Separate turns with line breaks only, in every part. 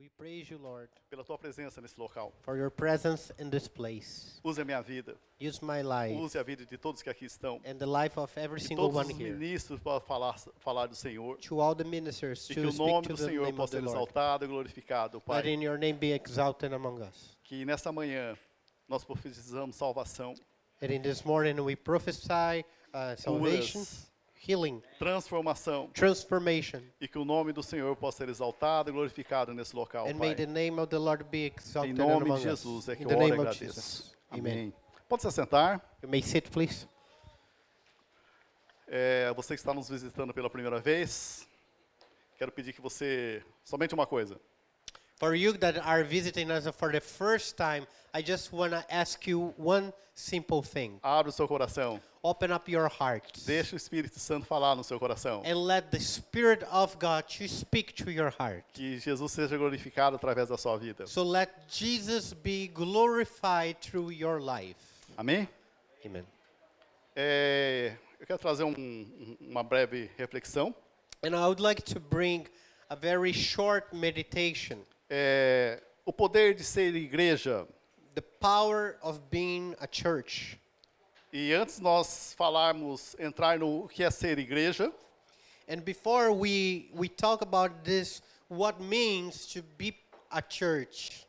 We praise you, Lord,
pela tua presença nesse local.
for your presence in this place.
Use a minha vida,
Use my life
use a vida de todos que aqui estão,
and the life of every
de
single
todos
one
os
here.
ministros para falar, falar do Senhor.
assim To all the ministers,
E que
to
o
speak
nome
to
do
the
Senhor
name of
possa
the
ser
Lord.
exaltado e glorificado,
Let
Pai.
in your name be exalted among us.
Que nesta manhã nós profetizamos salvação,
That in this morning we prophesy uh, salvation,
curas,
healing,
transformação.
transformation,
E que o nome do Senhor possa ser exaltado e glorificado nesse local,
and may the
Pai.
name of Oh, the Lord be
Em
exalted
nome
among
de Jesus
us.
é que
In
eu
the
oro e
name of
agradeço.
Jesus. Amen.
Pode se assentar.
You may sit, please.
É, você que está nos visitando pela primeira vez, quero pedir que você. Somente uma coisa.
For you that are visiting us for the first time, I just want to ask you one simple thing.
Abra o seu coração.
Open up your hearts
Deixa o Espírito Santo falar no seu coração.
and let the Spirit of God to speak to your heart.
Que Jesus seja glorificado através da sua vida.
So let Jesus be glorified through your life.
Amém?
Amen.
É, eu quero trazer um- um- uma breve reflexão.
And I would like to bring a very short meditation.
É, o poder de ser igreja.
The power of being a church.
E antes nós falarmos, entrar no que é ser igreja,
And before we we talk about this what means to be a church.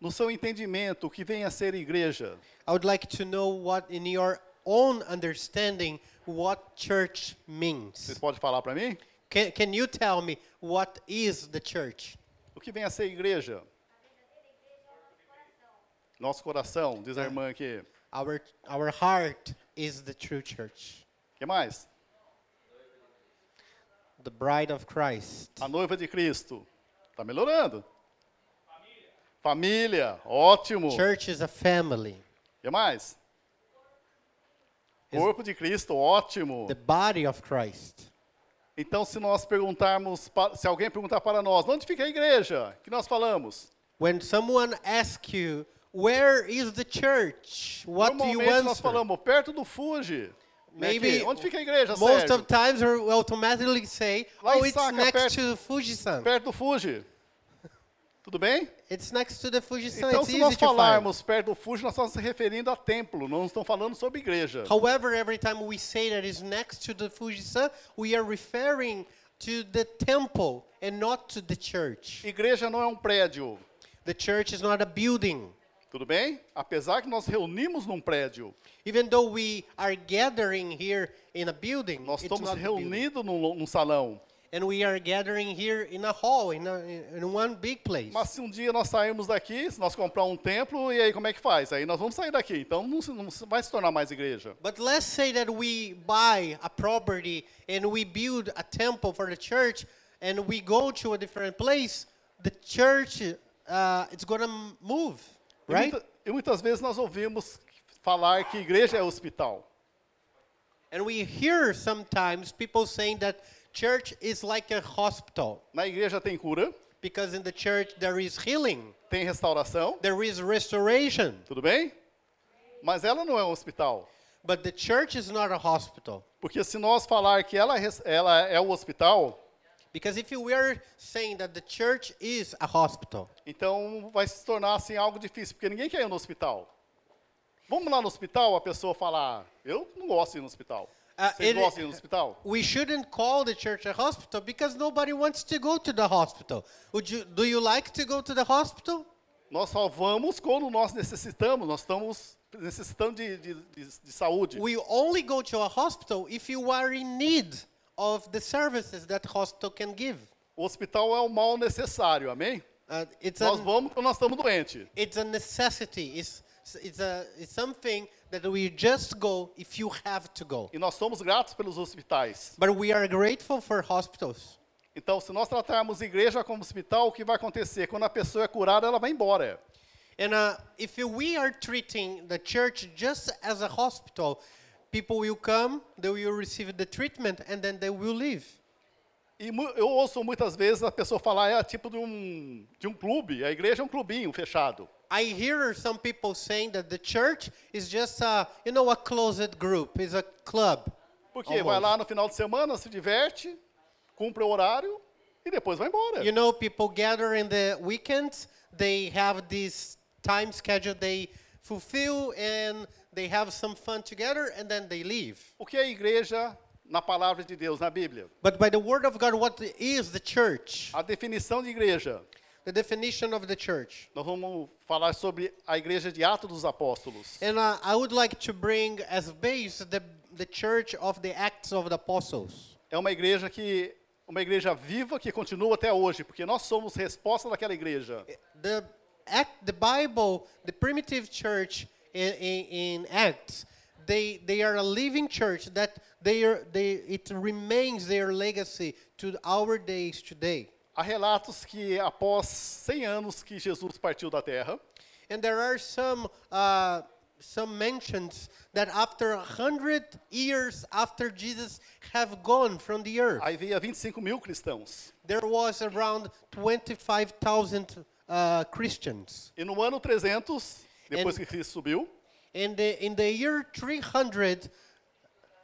no seu entendimento, o que vem a ser igreja.
I would like to know what in your own understanding what church
Vocês
means.
podem falar para mim?
Can, can you tell me what is the church?
O que vem a ser igreja? Nosso coração, diz a irmã aqui. O
Our our heart is the true church,
que mais?
the bride of Christ.
A noiva de Cristo. Está melhorando. Família. ótimo. O
Church is a family.
que mais? Corpo de Cristo, ótimo.
The body of Christ.
Então, se nós perguntarmos, pa- se alguém perguntar para nós, onde fica a igreja? Que nós falamos?
When someone asks you, where is the church? What do you
Normalmente nós
answer?
falamos, perto do Fuji. né,
Maybe
aqui. onde fica a igreja,
Most
Sérgio?
of times we automatically say,
Lá em
oh, it's
Saca,
next
perto-
to Fujisan.
Perto do Fuji. Tudo bem?
It's next to the Fujisan.
Então,
it's
se
easy
nós
to find.
falarmos perto do Fuji, nós estamos se referindo a templo, não estamos falando sobre igreja.
However, every time we say that it's next to the Fujisan, we are referring to the temple and not to the church.
Igreja não é um prédio,
The church is not a building.
tudo bem? Apesar que nós reunimos num prédio,
Even though we are gathering here in a building,
nós
it's
estamos
not a building.
reunidos num, lo- num salão.
And we are gathering here in a hall, in, a, in one big place.
Mas se um dia nós sairmos daqui, se nós comprar um templo, e aí como é que faz? Aí nós vamos sair daqui, então não, se- não se- vai se tornar mais igreja.
But let's say that we buy a property and we build a temple for the church and we go to a different place, the church uh, it's going to move,
E
right?
muita- e muitas vezes nós ouvimos falar que igreja é hospital.
And we hear sometimes people saying that church is like a hospital
Na igreja tem cura,
because in the church there is healing,
tem restauração,
there is restoration,
tudo bem? Mas ela não é um hospital.
but the church is not a hospital.
Porque se nós falar que ela, res- ela é o hospital,
Because if we are saying that the church is a hospital,
então vai se tornar assim algo difícil, porque ninguém quer ir no hospital. Vamos lá no hospital, a pessoa falar, eu não gosto de ir no hospital.
Ah,
Vocês
ele-
gostam de ir no hospital?
we shouldn't call the church a hospital because nobody wants to go to the hospital. Would you, do you like to go to the hospital?
Nós só vamos quando nós necessitamos, nós estamos necessitando de, de, de- de saúde.
We only go to a hospital if you are in need of the services that hospital can give.
O hospital é o mal necessário, amém?
Uh, it's,
Nós
a,
vamos quando nós estamos doentes.
it's a necessity. It's, it's, a, it's something that we just go if you have to go.
E nós somos gratos pelos hospitais.
But we are grateful for hospitals.
Então, se nós tratarmos igreja como hospital, o que vai acontecer? Quando a pessoa é curada, ela vai embora.
And uh, if we are treating the church just as a hospital, people will come, they will receive the treatment, and then they will leave.
E mu- eu ouço muitas vezes a pessoa falar, é tipo de um, de um clube, a igreja é um clubinho fechado.
I hear some people saying that the church is just a, you know, a closed group, is a club.
Porque vai lá no final de semana, se diverte, cumpre o horário e depois vai embora.
You know, people gather in the weekends, they have this time schedule they fulfill, and they have some fun together, and then they leave.
O que é a igreja na palavra de Deus, na Bíblia?
But by the word of God, what is the church?
A definição de igreja.
The definition of the church.
Nós vamos falar sobre a igreja de Atos dos Apóstolos.
And uh, I would like to bring as base the, the church of the Acts of the Apostles.
É uma igreja que uma igreja viva que continua até hoje, porque nós somos resposta daquela igreja.
The, act, the Bible, the primitive church in, in, in Acts, they, they are a living church that they are, they, it remains their legacy to our days today.
Há relatos que após 100 anos que Jesus partiu da terra,
And there are some uh, some mentions that after a hundred years after Jesus have gone from the earth,
aí havia 25 mil cristãos.
there was around 25,000 uh, Christians.
E no ano 300, depois
And-
que Cristo subiu,
And the, in the year 300,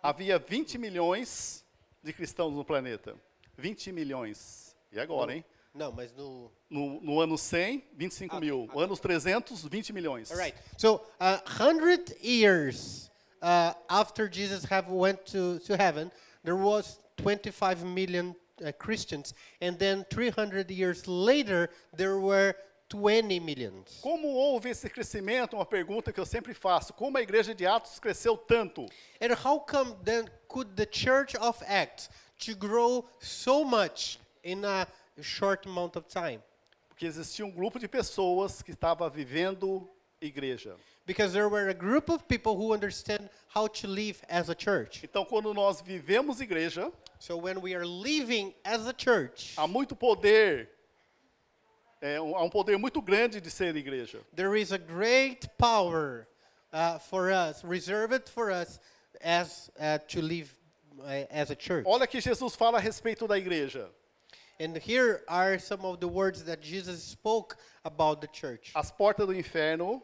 havia 20 milhões de cristãos no planeta. 20 milhões. E agora, hein?
não, mas no
No, no ano 100, 25 mil. No ano 300, 20 milhões.
Ah, all right. So uh, hundred years uh, after Jesus have went to to heaven, there was 25 million uh, Christians, and then 300 years later, there were 20 millions.
Como houve esse crescimento? É Uma pergunta que eu sempre faço. Como a igreja de Atos cresceu tanto?
And how come then could the Church of Acts to grow so much in a short amount of time?
Porque existia um grupo de pessoas que estava vivendo igreja.
Because there were a group of people who understand how to live as a church.
Então, quando nós vivemos igreja,
So when we are living as a church,
há muito poder, é, um- há um poder muito grande de ser igreja.
there is a great power uh, for us, reserved for us, as uh, to live uh, as a church.
Olha que Jesus fala a respeito da igreja.
And here are some of the words that Jesus spoke about the church.
As portas do inferno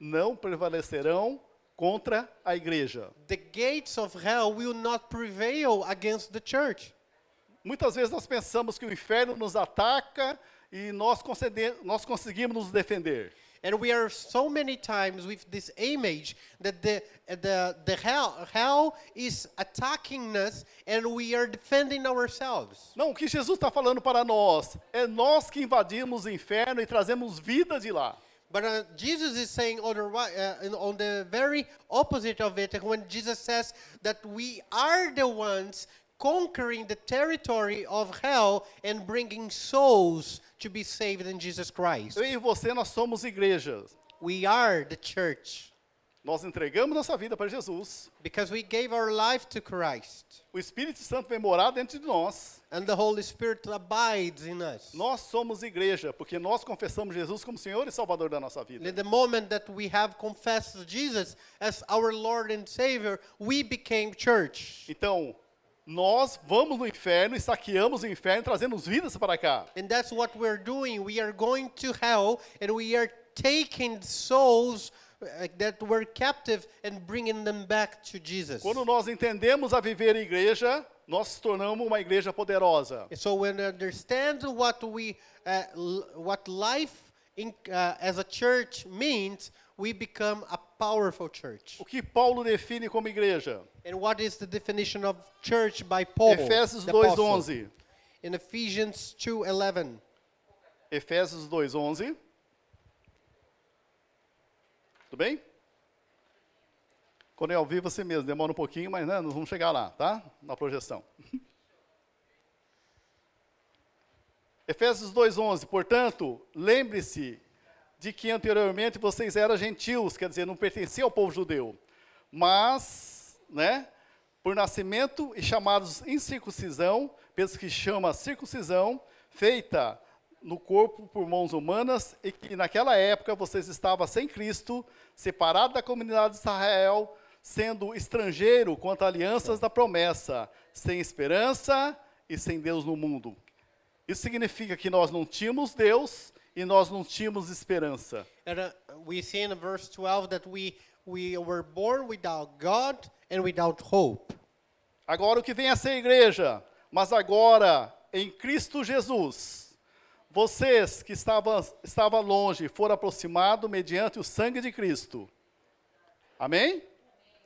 não prevalecerão contra a igreja.
The gates of hell will not prevail against the church.
Muitas vezes nós pensamos que o inferno nos ataca e nós, concede- nós conseguimos nos defender.
And we are so many times with this image that the the the hell hell is attacking us and we are defending ourselves.
Não, o que Jesus está falando para nós é nós que invadimos o inferno e trazemos vida de lá.
But uh, Jesus is saying otherwise, uh, and on the very opposite of it, when Jesus says that we are the ones conquering the territory of hell and bringing souls to be saved in Jesus Christ.
Eu e você, nós somos igrejas.
We are the church.
Nós entregamos nossa vida para Jesus.
Because we gave our life to Christ,
O Espírito Santo vem morar dentro de nós.
and the Holy Spirit abides in us.
Nós somos igreja, porque nós confessamos Jesus como Senhor e Salvador da nossa
And In
vida.
the moment that we have confessed Jesus as our Lord and Savior, we became church.
Então, nós vamos no inferno e saqueamos o inferno, trazendo vidas para cá.
And that's what we're doing. We are going to hell, and we are taking souls uh, that were captive and bringing them back to Jesus.
Quando nós entendemos a viver igreja, nós nos tornamos uma igreja poderosa.
And so when we understand what we uh, l- what life in, uh, as a church means, we become a powerful church.
O que Paulo define como igreja?
And what is the definition of church by Paul?
Efésios
the apostle?
2:11.
In Ephesians 2:11.
Efésios 2:11. Tudo bem? Quando é ao vivo você mesmo, demora um pouquinho, mas né, nós vamos chegar lá, tá? Na projeção. Efésios 2:11. Portanto, lembre-se de que anteriormente vocês eram gentios, quer dizer, não pertenciam ao povo judeu, mas, né, por nascimento e chamados em circuncisão, pelos que chama a circuncisão feita no corpo por mãos humanas e que naquela época vocês estavam sem Cristo, separado da comunidade de Israel, sendo estrangeiro quanto a alianças da promessa, sem esperança e sem Deus no mundo. Isso significa que nós não tínhamos Deus e nós não tínhamos esperança.
And uh, we see in verse 12 that we we were born without God and without hope.
Agora o que vem a ser igreja? Mas agora em Cristo Jesus, vocês que estavam estava longe foram aproximados mediante o sangue de Cristo. Amém?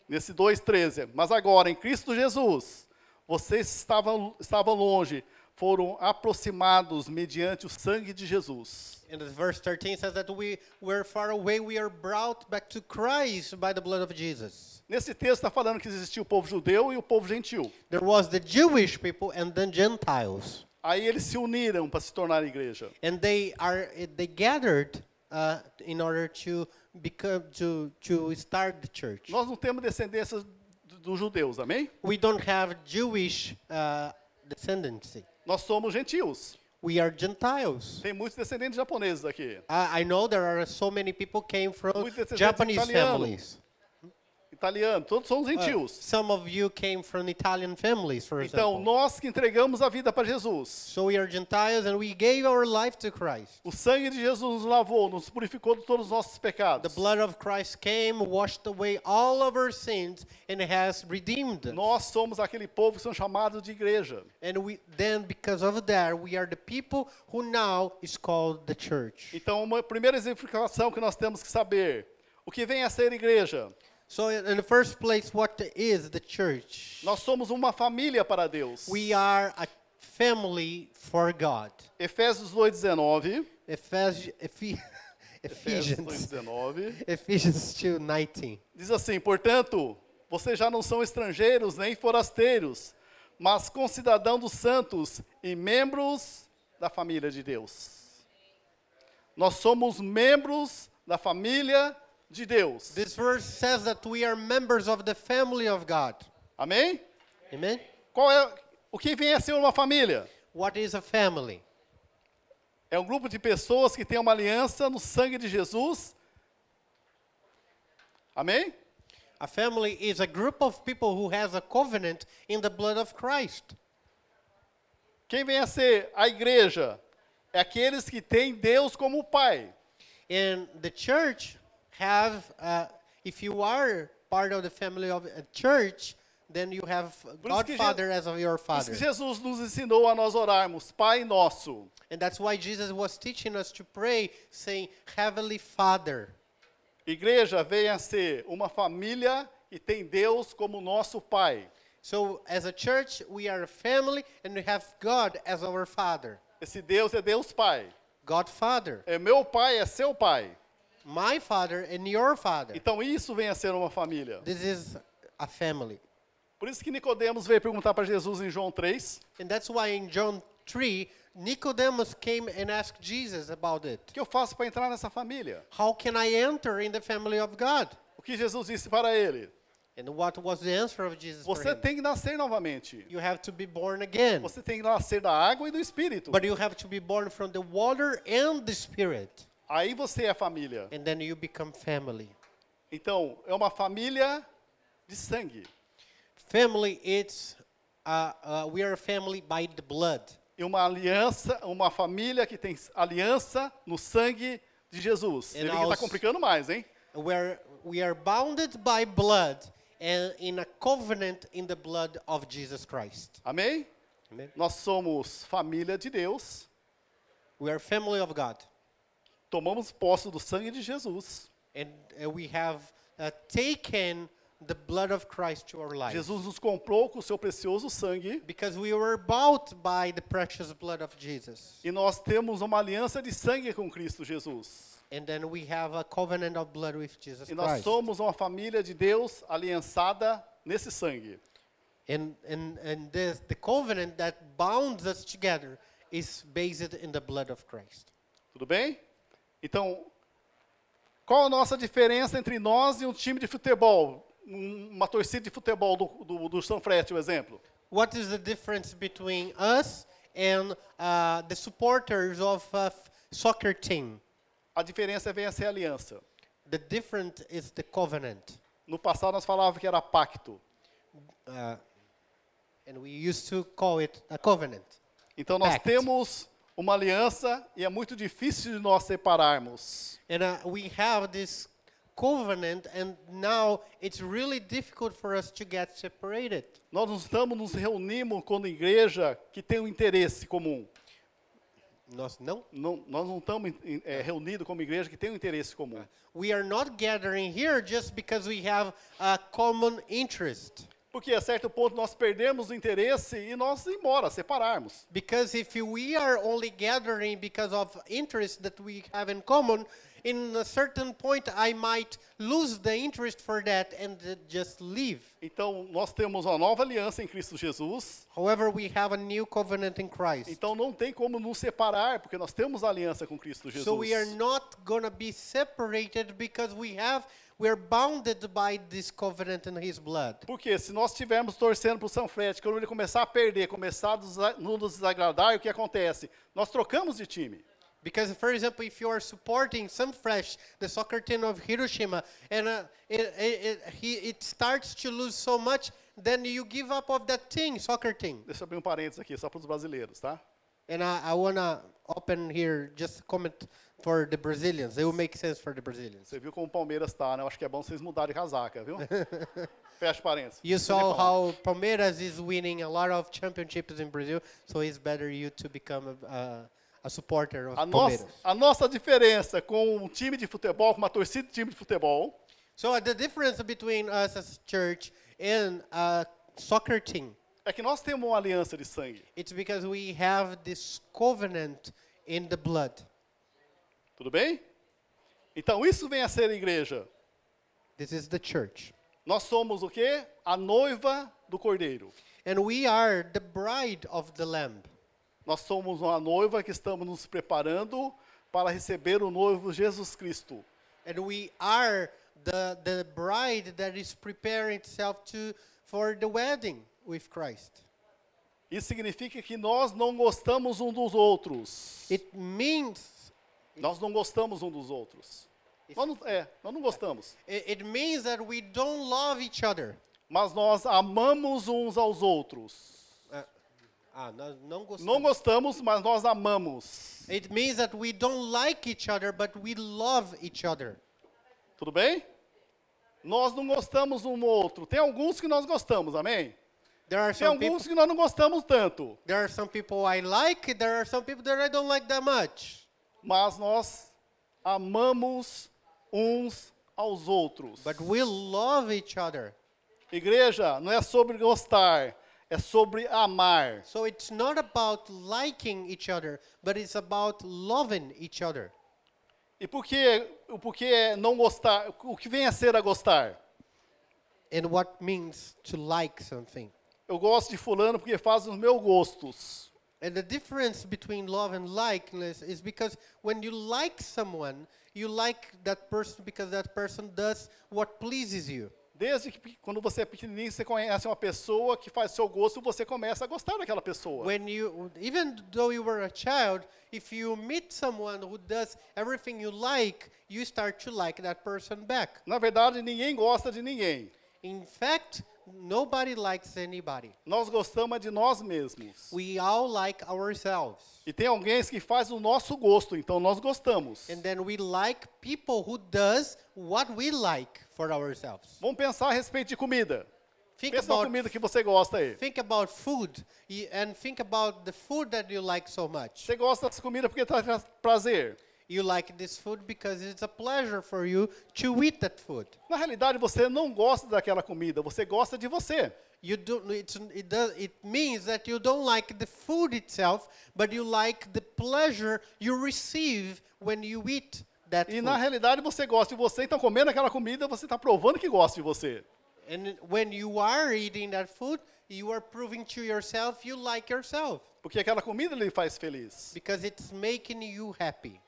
Nesse 2,13. Mas agora, em Cristo Jesus, vocês estavam, estavam longe, foram aproximados mediante o sangue de Jesus.
And the verse 13 says that we were far away, we are brought back to Christ by the blood of Jesus.
Nesse texto está falando que existia o povo judeu e o povo gentil.
There was the Jewish people and then Gentiles.
Aí eles se uniram para se tornar igreja.
And they are they gathered uh, in order to become to to start the church.
Nós não temos descendência do- dos judeus, amém?
We don't have Jewish uh, descendancy.
Nós somos gentios.
We are Gentiles.
Tem muitos descendentes japoneses aqui.
I, I know there are so many people came from
Muitos descendentes
Japanese
italianos.
families.
Italiano, todos somos
Uh,
gentios.
some of you came from Italian families, for
Então,
example.
nós que entregamos a vida para Jesus.
So we are Gentiles and we gave our life to Christ.
O sangue de Jesus nos lavou, nos purificou de todos os nossos
The
pecados.
blood of Christ came, washed away all of our sins, and has redeemed us.
Nós somos aquele povo que são chamados de igreja.
And we, then, because of that, we are the people who now is called the church.
Então, uma primeira exemplificação que nós temos que saber. O que vem a ser igreja?
So, in in the first place, what is the church?
Nós somos uma família para Deus.
We are a family for God.
Efésios 2,19.
Ephes- Ephe-
Efésios
Ephesians,
2,19.
Ephesians 2 19.
Diz assim: Portanto, vocês já não são estrangeiros nem forasteiros, mas concidadãos dos santos e membros da família de Deus. Nós somos membros da família de Deus.
This verse says that we are members of the family of God.
Amém?
Amen?
Qual é o que vem a ser uma família?
What is a family?
É um grupo de pessoas que tem uma aliança no sangue de Jesus. Amém?
A family is a group of people who has a covenant in the blood of Christ.
Quem vem a ser a igreja? É aqueles que têm Deus como pai.
And the church have, uh, if you are part of the family of a church, then you have
isso que Je-
Godfather as of your
Por isso
father.
que Jesus nos ensinou a nós orarmos, Pai nosso.
And that's why Jesus was teaching us to pray, saying, Heavenly Father.
Igreja venha ser uma família e tem Deus como nosso Pai.
So, as a church, we are a family and we have God as our Father.
Esse Deus é Deus Pai.
Godfather.
É meu Pai, é seu Pai.
My Father and your Father.
Então isso venha ser uma família.
This is a family.
Por isso que Nicodemos veio perguntar para Jesus em João 3,
And that's why in John 3, Nicodemus came and asked Jesus about
o
it.
que eu faço para entrar nessa família?
How can I enter in the family of God?
O que Jesus disse para ele?
And what was the answer of Jesus? for
Você
him?
tem que nascer novamente.
You have to be born again.
Você tem que nascer da água e do Espírito.
But you have to be born from the water and the spirit.
Aí você é família.
And then you become family.
Então, é uma família de sangue.
Family, it's, uh, uh, we are a family by the blood.
e uma aliança, uma família que tem aliança no sangue de Jesus.
É
Ele
na
está
os-
complicando mais, hein?
Where we are bounded by blood and in a covenant in the blood of Jesus Christ.
Amém?
Amen.
Nós somos família de Deus,
We are family of God.
tomamos posse do sangue de Jesus.
And uh, we have uh, taken the blood of Christ to our life.
Jesus nos comprou com o seu precioso sangue
Because we were bought by the precious blood of Jesus.
e nós temos uma aliança de sangue com Cristo Jesus.
And then we have a covenant of blood with Jesus
E nós
Christ.
somos uma família de Deus aliançada nesse sangue.
and and, and this, the covenant that bounds us together is based in the blood of Christ.
Tudo bem? Então, qual a nossa diferença entre nós e um time de futebol? Um- Uma torcida de futebol do, do, do São Frete, por exemplo.
What is the difference between us and uh, the supporters of a f- soccer team?
A diferença vem a ser aliança.
The difference is the covenant.
No passado nós falávamos que era pacto.
Uh, and we used to call it a covenant.
Então nós
Pact.
temos uma aliança e é muito difícil de nós separarmos.
And uh, we have this covenant, and now it's really difficult for us to get separated.
Nós não estamos nos reunimos quando igreja que tem um interesse comum.
Nós não.
Não- nós não estamos em- em- eh, reunidos como igreja que tem um interesse comum.
We are not gathering here just because we have a common interest.
Porque a certo ponto nós perdemos o interesse e nós ir embora, separarmos.
Because if we are only gathering because of interests that we have in common, in a certain point I might lose the interest for that and uh, just leave.
Então nós temos uma nova aliança em Cristo Jesus.
However, we have a new covenant in Christ.
Então não tem como nos separar, porque nós temos a aliança com Cristo Jesus.
So we are not going to be separated because we have we are bounded by this covenant in his blood.
Porque se nós estivermos torcendo para o São Fred, quando ele começar a perder, começar a desa- nos desagradar, o que acontece? Nós trocamos de time.
Because, for example, if you are supporting some fresh, the soccer team of Hiroshima, and uh, it, it, it, he, it starts to lose so much, then you give up of that thing, soccer team.
Deixa eu abrir um parênteses aqui, só para os brasileiros, tá?
And I, I want to open here just a comment for the Brazilians. It will make sense for the Brazilians.
Você viu como o Palmeiras está, né? Eu acho que é bom vocês mudarem de casaca, viu? Fecha parênteses.
You
Deixa eu
saw
falar.
how Palmeiras is winning a lot of championships in Brazil, so it's better you to become a, a, a supporter of
A
Palmeiras.
nossa, a nossa diferença com um time de futebol, com uma torcida de time de futebol,
So uh, the difference between us as church and a soccer team
é que nós temos uma aliança de sangue.
It's because we have this covenant in the blood.
Tudo bem? Então isso vem a ser a igreja.
This is the church.
Nós somos o quê? A noiva do cordeiro.
And we are the bride of the Lamb.
Nós somos uma noiva que estamos nos preparando para receber o noivo Jesus Cristo.
And we are the, the bride that is preparing itself to, for the wedding with Christ.
Isso significa que nós não gostamos um dos outros.
It means
Nós não gostamos um dos outros. Nós não, é, nós não gostamos.
it, it means that we don't love each other.
Mas nós amamos uns aos outros.
Uh, ah, não, não gostamos.
Não gostamos, mas nós amamos.
It means that we don't like each other, but we love each other.
Tudo bem? Nós não gostamos um do outro. Tem alguns que nós gostamos, amém?
There are
Tem
some people
alguns que nós não gostamos tanto.
There are some people I like, there are some people that I don't like that much.
Mas nós amamos uns aos outros.
But we love each other.
Igreja, não é sobre gostar, é sobre amar.
So it's not about liking each other, but it's about loving each other.
E por que, o porquê é não gostar? O que vem a ser a gostar?
And what means to like something.
Eu gosto de fulano porque faz os meus gostos.
And the difference between love and likeness is because when you like someone, you like that person because that person does what pleases you.
Desde que pe- quando você é pequenininho, você conhece uma pessoa que faz seu gosto, você começa a gostar daquela pessoa.
When you, even though you were a child, if you meet someone who does everything you like, you start to like that person back.
Na verdade, ninguém gosta de ninguém.
In fact, nobody likes anybody.
Nós gostamos é de nós mesmos.
We all like ourselves.
E tem alguém que faz o nosso gosto, então nós gostamos.
And then we like people who does what we like for ourselves.
Vamos pensar a respeito de comida.
Think
Pensa na
about
comida que você gosta aí.
think about food y- and think about the food that you like so much.
Você gosta dessa comida porque traz prazer.
You like this food because it's a pleasure for you to eat that food.
Na realidade, você não gosta daquela comida, você gosta de você.
You do it's, it does it means that you don't like the food itself, but you like the pleasure you receive when you eat that
E
food.
na realidade, você gosta de você, então comendo aquela comida, você está provando que gosta de você.
and when you are eating that food, you are proving to yourself you like yourself
Porque aquela comida lhe faz feliz.
because it's making you happy.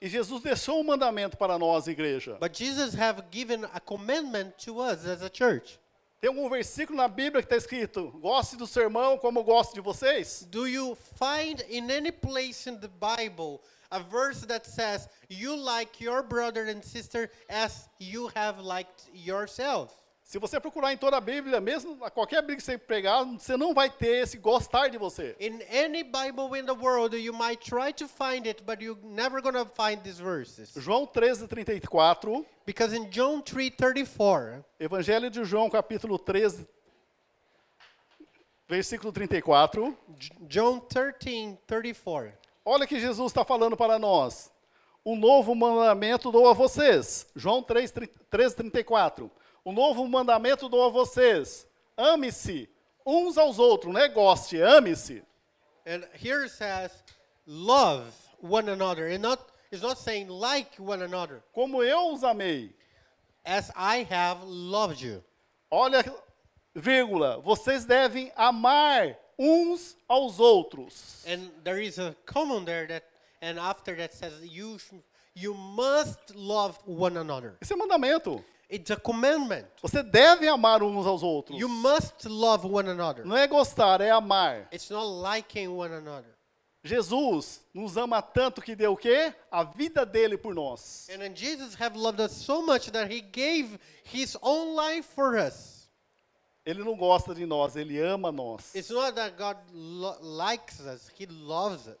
E Jesus deixou um mandamento para nós, igreja.
But Jesus have given a commandment to us as a church.
Tem algum versículo na Bíblia que está escrito: Goste do seu irmão como eu gosto de vocês?
Do you find in any place in the Bible a verse that says, You like your brother and sister as you have liked yourself?
Se você procurar em toda a Bíblia, mesmo a qualquer Bíblia que você pregar, você não vai ter esse gostar de você.
In any Bible in the world, you might try to find it, but you're never going to find these verses.
João 13, 34,
Because in John 3:34,
Evangelho de João, capítulo 13, versículo 34.
J- John 13:34,
Olha o que Jesus está falando para nós. Um novo mandamento dou a vocês. João 3, 34. Um novo mandamento dou a vocês. Ame-se uns aos outros, não é goste, ame-se.
and here it says, "Love one another," and not it's not saying like one another,
Como eu os amei.
as I have loved you.
Olha, vírgula, vocês devem amar uns aos outros.
And there is a common there that, and after that says, "You sh- you must love one another."
Esse é mandamento.
It's a commandment.
Você deve amar uns aos outros.
You must love one another.
Não é gostar, é amar.
It's not liking one another.
Jesus nos ama tanto que deu o quê? A vida dele por nós.
And then Jesus have loved us so much that he gave his own life for us.
Ele não gosta de nós, ele ama nós.
It's not that God lo- likes us, he loves us.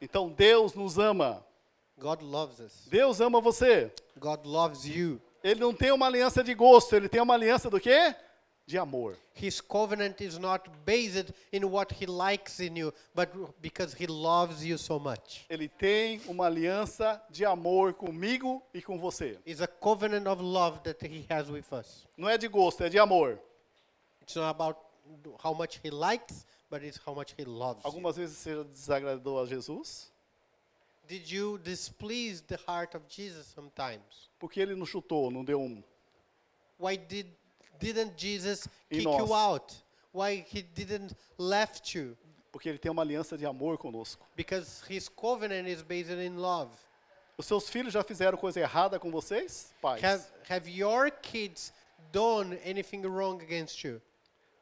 Então Deus nos ama.
God loves us.
Deus ama você.
God loves you.
Ele não tem uma aliança de gosto, ele tem uma aliança do quê? De amor.
His covenant is not based in what he likes in you, but because he loves you so much.
Ele tem uma aliança de amor comigo e com você.
It's a covenant of love that he has with us.
Não é de gosto, é de amor.
It's not about how much he likes, but it's how much he loves. you.
Algumas vezes você já desagradou a Jesus
Did you displease the heart of Jesus sometimes?
porque ele não chutou, não deu um.
Why did didn't Jesus
E
kick
nós?
you out? Why he didn't left you?
Porque ele tem uma aliança de amor conosco.
Because his covenant is based in love.
Os seus filhos já fizeram coisa errada com vocês? Pais.
Have have your kids done anything wrong against you?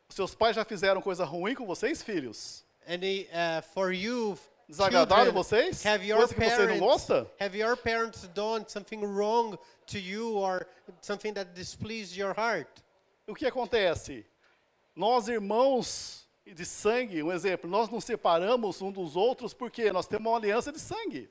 Os seus pais já fizeram coisa ruim com vocês, filhos?
Any uh, for you f-
Desagradaram
children,
vocês?
Have your
Coisa que você não
parents
gosta?
have your parents done something wrong to you or something that displeased your heart?
O que acontece? Nós, irmãos de sangue, um exemplo, nós nos separamos um dos outros porque nós temos uma aliança de sangue.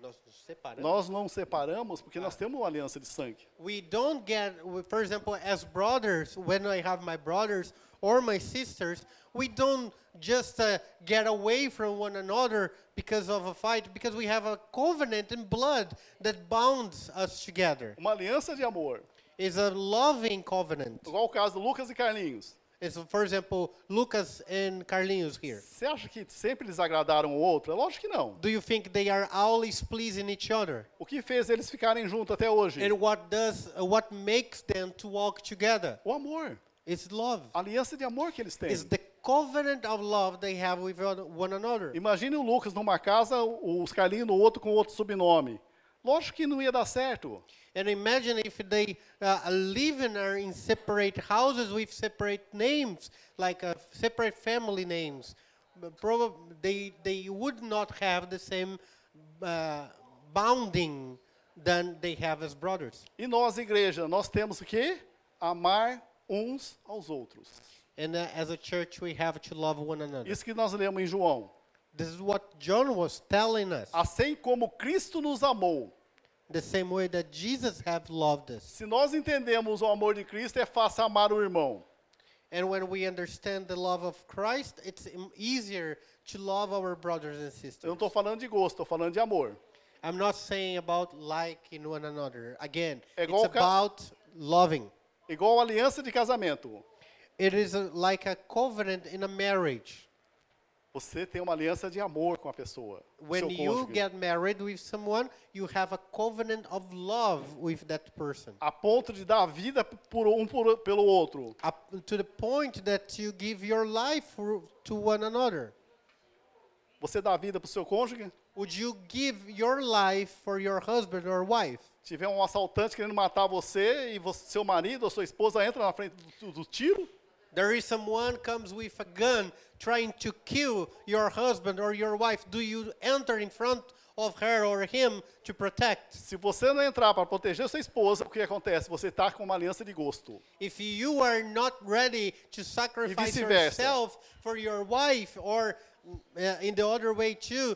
Nós nos separamos.
Nós não separamos porque nós temos uma aliança de sangue.
we don't get for example as brothers when i have my brothers or my sisters we don't just uh, get away from one another because of a fight because we have a covenant in blood that binds us together
Uma aliança de amor.
it's a loving covenant
Igual o caso do Lucas e Carlinhos.
it's for example lucas and carlinhos here
Você acha que sempre desagradaram o outro? É lógico que não.
do you think they are always pleasing each other
O que fez eles ficarem juntos até hoje?
and what does uh, what makes them to walk together
O amor.
it's love
A aliança de amor que eles têm.
It's the covenant of love they have with one one another.
Imagine o Lucas numa casa, o- os Carlinhos no outro com outro subnome. Lógico que não ia dar certo.
And imagine if they uh, live in, are in separate houses with separate names, like uh, separate family names. Probably they they would not have the same uh, bounding than they have as brothers.
E nós, igreja, nós temos o quê? Amar uns aos outros.
And uh, as a church, we have to love one another.
Isso que nós lemos em João.
This is what John was telling us.
Assim como Cristo nos amou.
The same way that Jesus have loved us.
Se nós entendemos o amor de Cristo, é fácil amar o irmão.
And when we understand the love of Christ, it's im- easier to love our brothers and
Eu não
sisters.
estou falando de gosto, estou falando de amor.
I'm not saying about liking one another. Again,
É
it's
igual ca-
about loving.
Igual a aliança de casamento.
It is a, like a covenant in a marriage.
Você tem uma aliança de amor com a pessoa. com
When
seu
you
cônjuge.
get married with someone, you have a covenant of love with that person.
A ponto de dar a vida por um por- pelo outro.
Up to the point that you give your life for- to one another.
Você dá a vida para o seu cônjuge?
Would you give your life for your husband or wife?
tiver um assaltante querendo matar você e você- seu marido ou sua esposa entra na frente do, do tiro,
There is someone comes with a gun trying to kill your husband or your wife. Do you enter in front of her or him to protect.
Se você não entrar para proteger sua esposa, o que acontece? Você está com uma aliança de gosto.
If you are not ready to sacrifice
vice-versa.
yourself for your wife, or uh, in the other way too,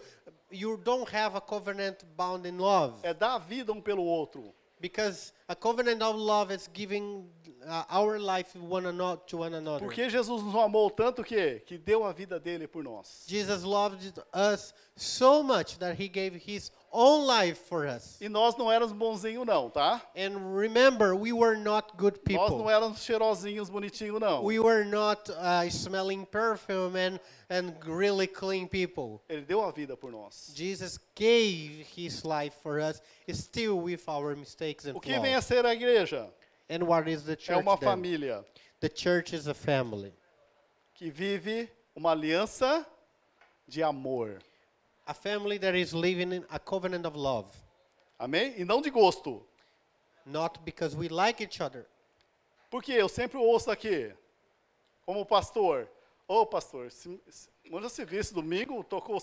you don't have a covenant bound in love.
É dar a vida um pelo outro.
Because a covenant of love is giving uh, our life one another to one another.
Porque Jesus nos amou tanto que, que deu a vida dele por nós.
Jesus loved us so much that he gave his own life for us.
E nós não éramos bonzinhos, não, tá?
And remember, we were not good
Nós não
people.
éramos cheirosinhos, bonitinhos, não.
We were not uh, smelling perfume and, and really clean people.
Ele deu a vida por nós.
Jesus gave his life for us, still with our mistakes and
O que vem a
flaws.
ser a igreja?
And what is the
É
church?
uma
then?
família
The church is a family.
que vive uma aliança de amor.
A family that is living in a covenant of love.
Amém? E não de gosto.
Not because we like each other.
Porque eu sempre ouço aqui, como pastor, ô pastor, se- se- onde eu se vi esse domingo, tocou,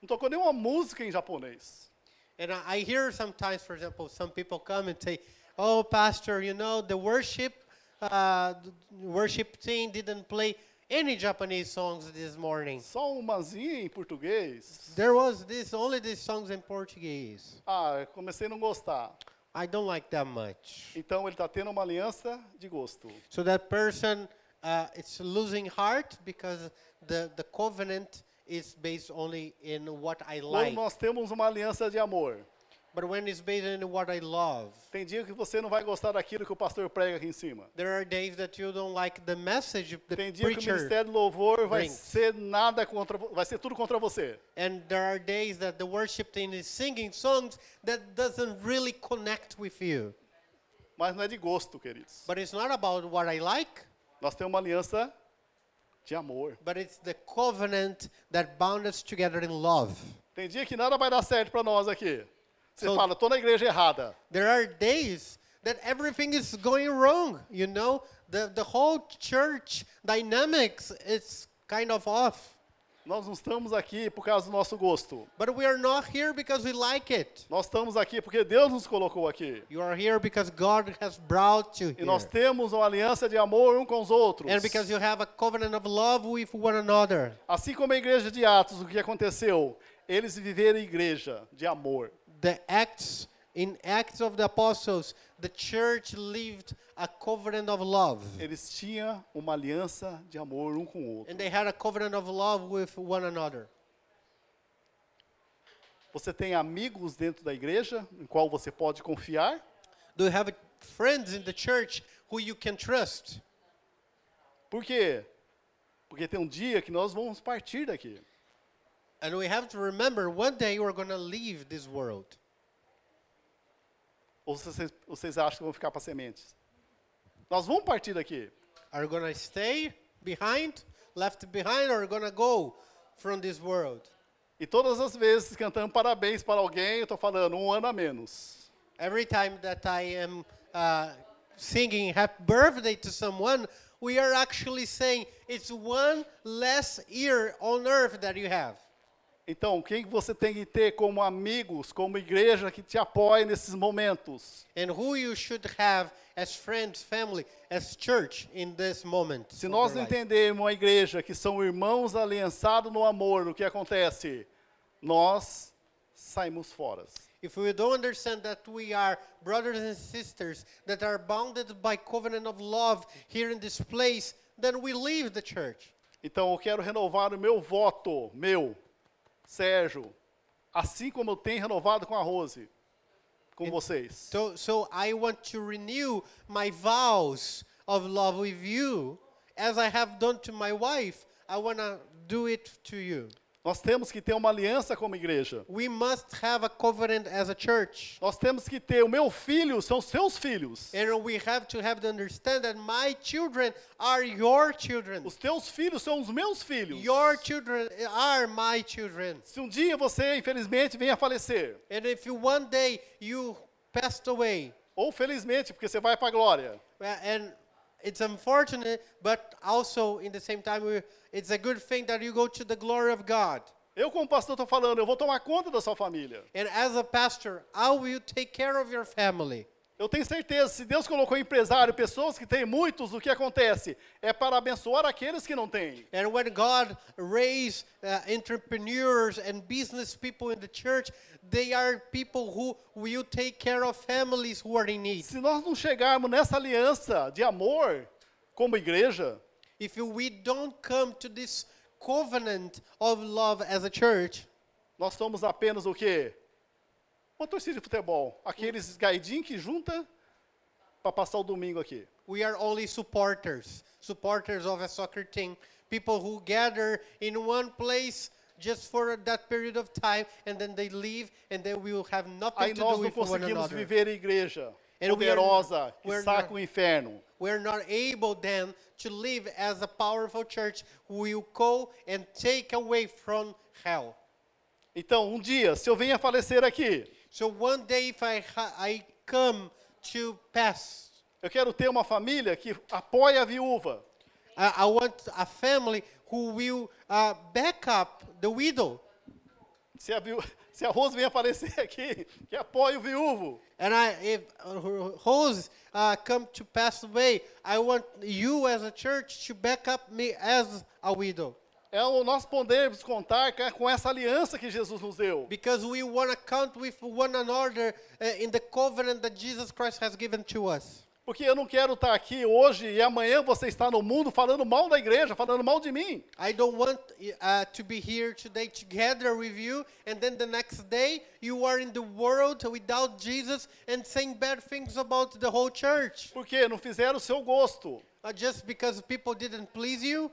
não tocou nenhuma música em japonês.
And I, I hear sometimes, for example, some people come and say, "Oh, pastor, you know the worship uh, th- worship team didn't play any Japanese songs this morning.
Só umazinha em português.
There was this only these songs in Portuguese.
Ah, eu comecei a não gostar.
I don't like that much."
Então ele está tendo uma aliança de gosto.
So that person uh, it's losing heart because the the covenant is based only in what I
Quando
like.
nós temos uma aliança de amor,
But when it's based in what I love,
tem dia que você não vai gostar daquilo que o pastor prega aqui em cima.
there are days that you don't like the message the
Tem dia que o
preacher
ministério do louvor vai
brings.
ser nada contra, vo- vai ser tudo contra você.
And there are days that the worship team is singing songs that doesn't really connect with you.
Mas não é de gosto, queridos.
But it's not about what I like,
Nós temos uma aliança de amor.
but it's the covenant that bound us together in love.
Tem dia que nada vai dar certo para nós aqui. Você
So-
fala, tô na igreja errada.
There are days that everything is going wrong, you know? The the whole church dynamics is kind of off.
Nós não estamos aqui por causa do nosso gosto.
But we are not here because we like it.
Nós estamos aqui porque Deus nos colocou aqui.
You are here because God has brought you
E nós
here.
temos uma aliança de amor um com os outros.
And É. because you have a covenant of love with one another.
Assim como a igreja de Atos, o que aconteceu? Eles viveram igreja de amor.
the acts in acts of the apostles the church lived a covenant of love
Eles tinham uma aliança de amor um com o outro.
and they had a covenant of love with one another
Você tem amigos dentro da igreja em qual você pode confiar?
do you have friends in the church who you can trust
Por quê? Porque tem um dia que nós vamos partir daqui.
and we have to remember one day we're going to leave this world
Ou vocês, vocês acham que vão ficar para sementes? Nós vamos partir daqui.
are going to stay behind left behind or going to go from this world
E todas as vezes cantando parabéns para alguém, eu estou falando um ano a menos.
every time that i am uh, singing happy birthday to someone we are actually saying it's one less year on earth that you have
Então, quem que você tem que ter como amigos, como igreja que te apoie nesses momentos?
and who you should have as friends family as church in this moment
Se
of
nós
your
não
life.
entendermos a igreja que são irmãos aliançados no amor, o que acontece? Nós saímos fora.
if we don't understand that we are brothers and sisters that are bounded by covenant of love here in this place then we leave the church
Então, eu quero renovar o meu voto, meu, Sérgio, assim como eu tenho renovado com a Rose, com vocês.
So, so I want to renew my vows of love with you, as I have done to my wife. I want to do it to you.
Nós temos que ter uma aliança como igreja.
We must have a covenant as a church.
Nós temos que ter o meu filho, são seus filhos.
And we have to have to understand that my children are your children.
Os teus filhos são os meus filhos.
Your children are my children.
Se um dia você, infelizmente, venha a falecer,
And if you one day you passed away,
ou felizmente, porque você vai para a glória,
Well, and it's uh, unfortunate, but also in the same time, we- it's a good thing that you go to the glory of God.
Eu, como pastor, estou falando, eu vou tomar conta da sua família.
And as a pastor, I will take care of your family.
Eu tenho certeza, se Deus colocou empresário, pessoas que têm muitos, o que acontece? É para abençoar aqueles que não têm.
And when God raised uh, entrepreneurs and business people in the church, they are people who will take care of families who are in need.
Se nós não chegarmos nessa aliança de amor como igreja,
If we don't come to this covenant of love as a church,
nós somos apenas o quê? Uma torcida de futebol. Aqueles gaidinhos que junta para passar o domingo aqui.
we are only supporters, supporters of a soccer team, people who gather in one place just for that period of time and then they leave and they will have nothing
Aí
to do
nós não
with one
conseguimos
another.
viver a igreja
And we are-
poderosa que
we're
saca
not-
o inferno.
We're not able then to live as a powerful church who will go and take away from hell.
Então, um dia, se eu venha falecer aqui,
So one day, if I, ha- I come to pass,
eu quero ter uma família que apoia a viúva.
I, I want a family who will uh, back up the widow.
Se a, viú- se a Rose venha falecer aqui, que apoie o viúvo.
And I, if uh, Rose uh, come to pass away, I want you as a church to back up me as a widow.
É o nós podermos contar ca- com essa aliança que Jesus nos deu.
Because we want to count with one another uh, in the covenant that Jesus Christ has given to us.
Porque eu não quero estar aqui hoje e amanhã você está no mundo falando mal da igreja, falando mal de mim.
I don't want uh, to be here today together with you, and then the next day you are in the world without Jesus and saying bad things about the whole church
Porque não fizeram o seu gosto.
uh, just because people didn't please you.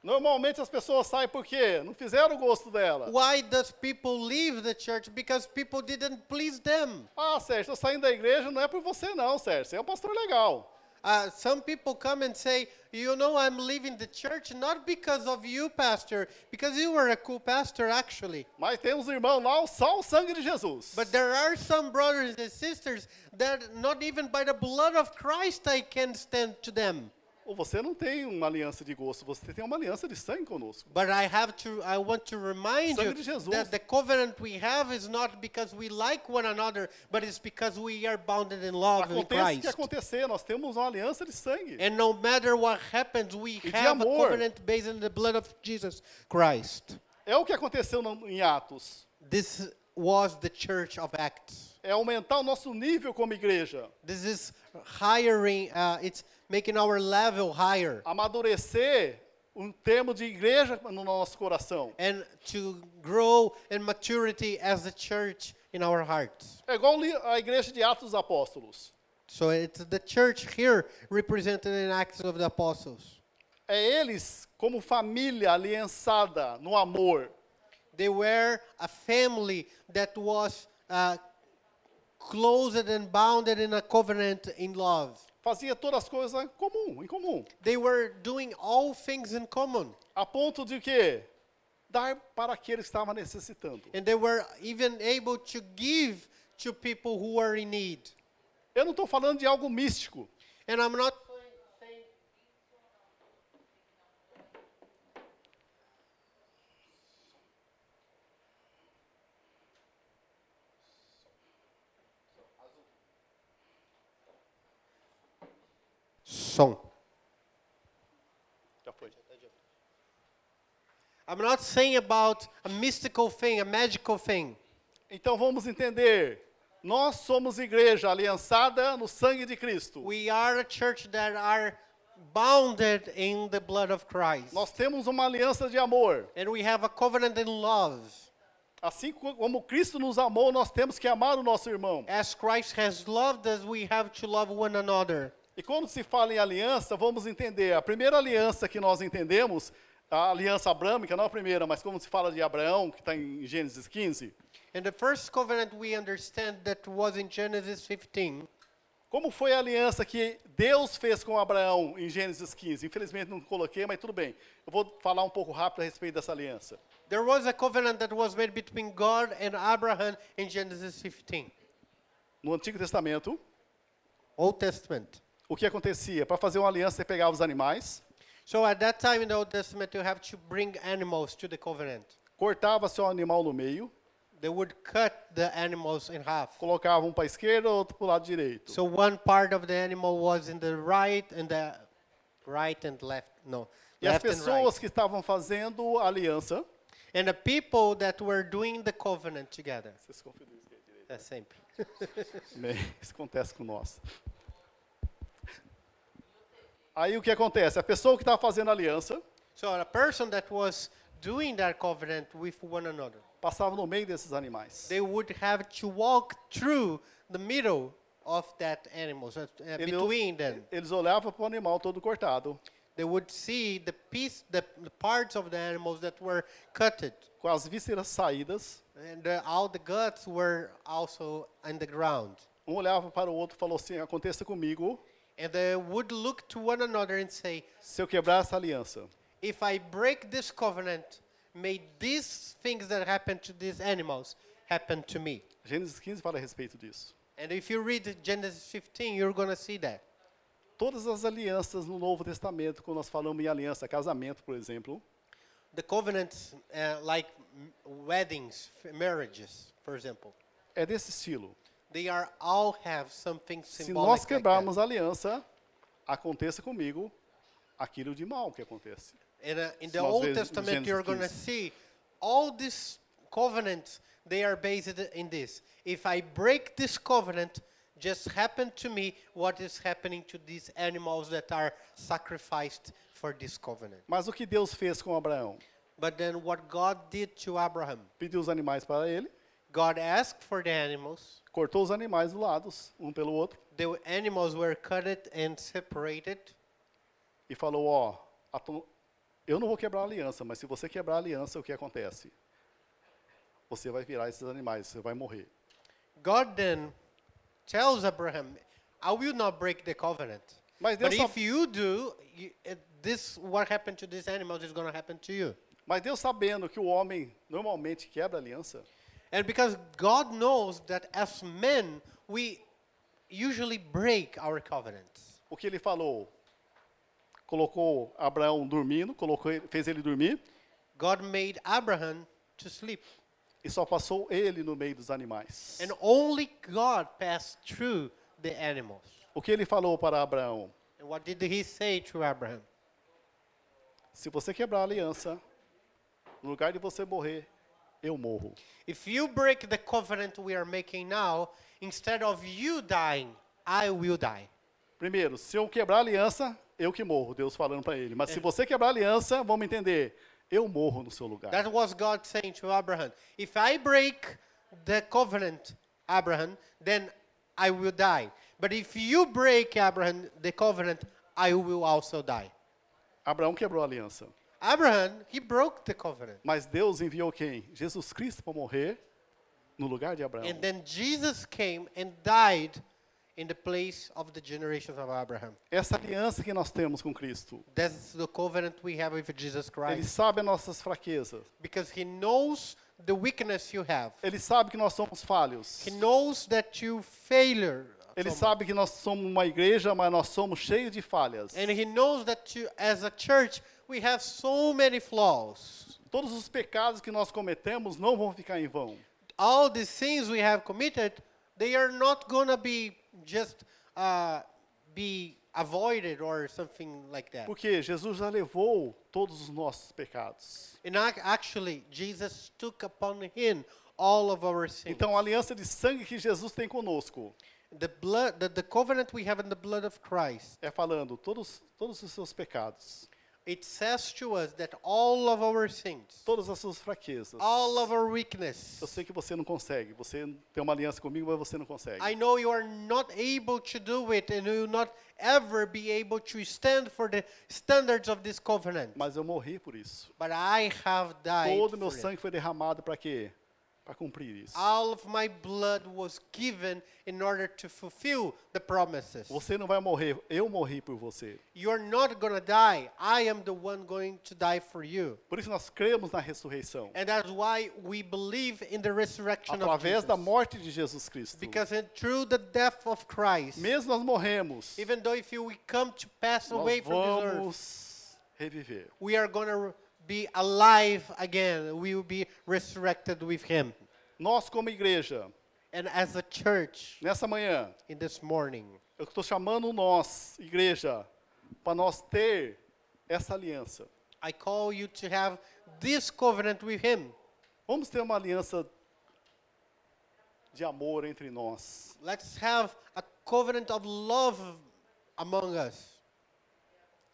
Normalmente as pessoas saem por quê? Não fizeram o gosto dela.
Why does people leave the church? Because people didn't please them.
Ah, Sérgio, eu saindo da igreja não é por você não, Sérgio. Você é um pastor legal.
Uh, some people come and say, "You know, I'm leaving the church not because of you, pastor, because you were a cool pastor, actually."
Mas tem uns irmãos lá, só o sangue de Jesus.
But there are some brothers and sisters that not even by the blood of Christ I can stand to them.
Ou você não tem uma aliança de gosto, você tem uma aliança de sangue conosco.
But I have to I want to remind
Sangue
you
de Jesus.
that the covenant we have is not because we like one another, but it's because we are bounded in love with
Aconteça o que
Christ. É-
acontecer, nós temos uma aliança de sangue.
And no matter what happens, we
E de
have a
amor.
covenant based on the blood of Jesus Christ.
É o que aconteceu no- em Atos.
This was the church of Acts.
É aumentar o nosso nível como igreja.
This is hiring, uh, it's making our level higher.
Amadurecer um termo de igreja no nosso coração.
and to grow in maturity as a church in our hearts.
É igual li- a igreja de Atos dos Apóstolos.
So it's the church here represented in Acts of the Apostles.
É eles, como família aliançada no amor,
They were a family that was uh, closed and bounded in a covenant in love.
fazia todas as coisas em comum, em comum.
They were doing all things in common,
A ponto de quê? Dar para aqueles que estavam necessitando.
and they were even able to give to people who were in need.
Eu não estou falando de algo místico.
And I'm not som.
Já foi.
I'm not saying about a mystical thing, a magical thing.
Então vamos entender. Nós somos igreja aliançada no sangue de Cristo.
We are a church that are bounded in the blood of Christ.
Nós temos uma aliança de amor.
And we have a covenant in love.
Assim co- como Cristo nos amou, nós temos que amar o nosso irmão.
As Christ has loved us, we have to love one another.
E quando se fala em aliança, vamos entender. A primeira aliança que nós entendemos, a aliança abrâmica, não a primeira, mas como se fala de Abraão, que está em Gênesis 15.
And the first covenant we understand that was in Genesis 15.
Como foi a aliança que Deus fez com Abraão em Gênesis 15? Infelizmente não coloquei, mas tudo bem. Eu vou falar um pouco rápido a respeito dessa aliança.
There was a covenant that was made between God and Abraham in Genesis 15,
No Antigo Testamento,
Old Testament.
o que acontecia? Para fazer uma aliança, você pegava os animais,
So at that time in the Old Testament, you have to bring animals to the covenant.
cortava-se o animal no meio,
They would cut the animals in half.
colocava um para a esquerda, outro para o lado direito.
So one part of the animal was in the right and the right and left. No,
e as
left and right.
pessoas que estavam fazendo a aliança,
And the people that were doing the covenant together.
Vocês confundem isso aqui à direita.
That's sempre.
Amém. Isso acontece com nós. Aí o que acontece? A pessoa que estava fazendo a aliança
So a person that was doing that covenant with one another,
passava no meio desses animais.
they would have to walk through the middle of that animal, so, uh,
Ele-
between them.
Eles olhavam para o animal todo cortado,
They would see the piece, the, the parts of the animals that were cutted,
com as vísceras saídas.
and uh, all the guts were also on the ground.
Um olhava para o outro e falou assim: aconteça comigo
And they would look to one another and say,
se eu quebrar essa aliança.
If I break this covenant, may these things that happen to these animals happen to me.
Gênesis 15 fala a respeito disso.
And if you read Genesis 15, you're going to see that.
Todas as alianças no Novo Testamento, quando nós falamos em aliança, casamento, por exemplo,
The covenants, uh, like m- weddings, f- marriages, for example,
é desse estilo.
they are all have something
Se
symbolic.
nós
like that.
quebrarmos a aliança, aconteça comigo aquilo de mal que acontece.
And, uh, in the
Nós
Old
vemos em
Testament,
Gênesis
you're going to
15.
see all these covenants, they are based in this. If I break this covenant, just happen to me what is happening to these animals that are sacrificed for this covenant.
Mas o que Deus fez com Abraão?
But then what God did to Abraham,
Pediu os animais para ele,
God asked for the animals.
cortou os animais do lado, um pelo outro,
The animals were cut and separated.
e falou: Ó, a tu- eu não vou quebrar a aliança, mas se você quebrar a aliança, o que acontece? Você vai virar esses animais, você vai morrer.
God then tells Abraham, I will not break the covenant.
Mas
but
Deus só-
if you do, you, it, this what happened to these animals is going to happen to you.
Mas Deus, sabendo que o homem normalmente quebra a aliança,
And because God knows that as men, we usually break our covenants.
o que ele falou? Colocou Abraão dormindo, colocou ele- fez ele dormir,
God made Abraham to sleep.
e só passou ele no meio dos animais.
And only God passed through the animals.
O que ele falou para Abraão?
And what did he say to Abraham?
Se você quebrar a aliança, no lugar de você morrer, eu morro.
If you break the covenant we are making now, instead of you dying, I will die.
Primeiro, se eu quebrar a aliança, eu que morro, Deus falando para ele. Mas se você quebrar a aliança, vamos entender, eu morro no seu lugar.
That was God saying to Abraham, If I break the covenant, Abraham, then I will die. But if you break, Abraham, the covenant, I will also die.
Abraão quebrou a aliança.
Abraham, he broke the covenant.
Mas Deus enviou quem? Jesus Cristo para morrer no lugar de Abraão.
And then Jesus came and died in the place of the generations of Abraham.
Essa aliança que nós temos com Cristo,
That's the covenant we have with Jesus
ele
Christ.
sabe as nossas fraquezas.
Because he knows the weakness you have.
Ele sabe que nós somos falhos.
He knows that you failure.
Ele
someone.
sabe que nós somos uma igreja, mas nós somos cheios de falhas.
And he knows that you, as a church, we have so many flaws.
Todos os pecados que nós cometemos não vão ficar em vão.
All the sins we have committed, they are not gonna be just uh, be avoided or something like that.
Porque Jesus já levou todos os nossos pecados.
And ac- actually, Jesus took upon him all of our sins.
Então, a aliança de sangue que Jesus tem conosco
the blood, the, the covenant we have in the blood of Christ,
é falando todos, todos os seus pecados,
it says to us that all of our sins,
todas as suas fraquezas.
all of our weakness.
Eu sei que você não consegue. Você tem uma aliança comigo, mas você não consegue.
I know you are not able to do it and you will not ever be able to stand for the standards of this covenant.
Mas eu morri por isso.
But I have died.
Todo meu
for it.
sangue foi derramado para quê? Para cumprir isso.
All of my blood was given in order to fulfill the promises.
Você não vai morrer. Eu morri por você.
You are not going to die. I am the one going to die for you.
Por isso nós cremos na ressurreição.
And that's why we believe in the resurrection of
Através
Jesus.
da morte de Jesus Cristo.
Because in, through the death of Christ,
Mesmo nós morremos,
even though if you we come to pass away
nós
from this earth,
vamos reviver.
we are going to be alive again. We will be resurrected with him.
Nós, como igreja,
And as a church
nessa manhã,
in this morning,
eu estou chamando nós, igreja, para nós ter essa aliança.
I call you to have this covenant with him.
Vamos ter uma aliança de amor entre nós.
Let's have a covenant of love among us.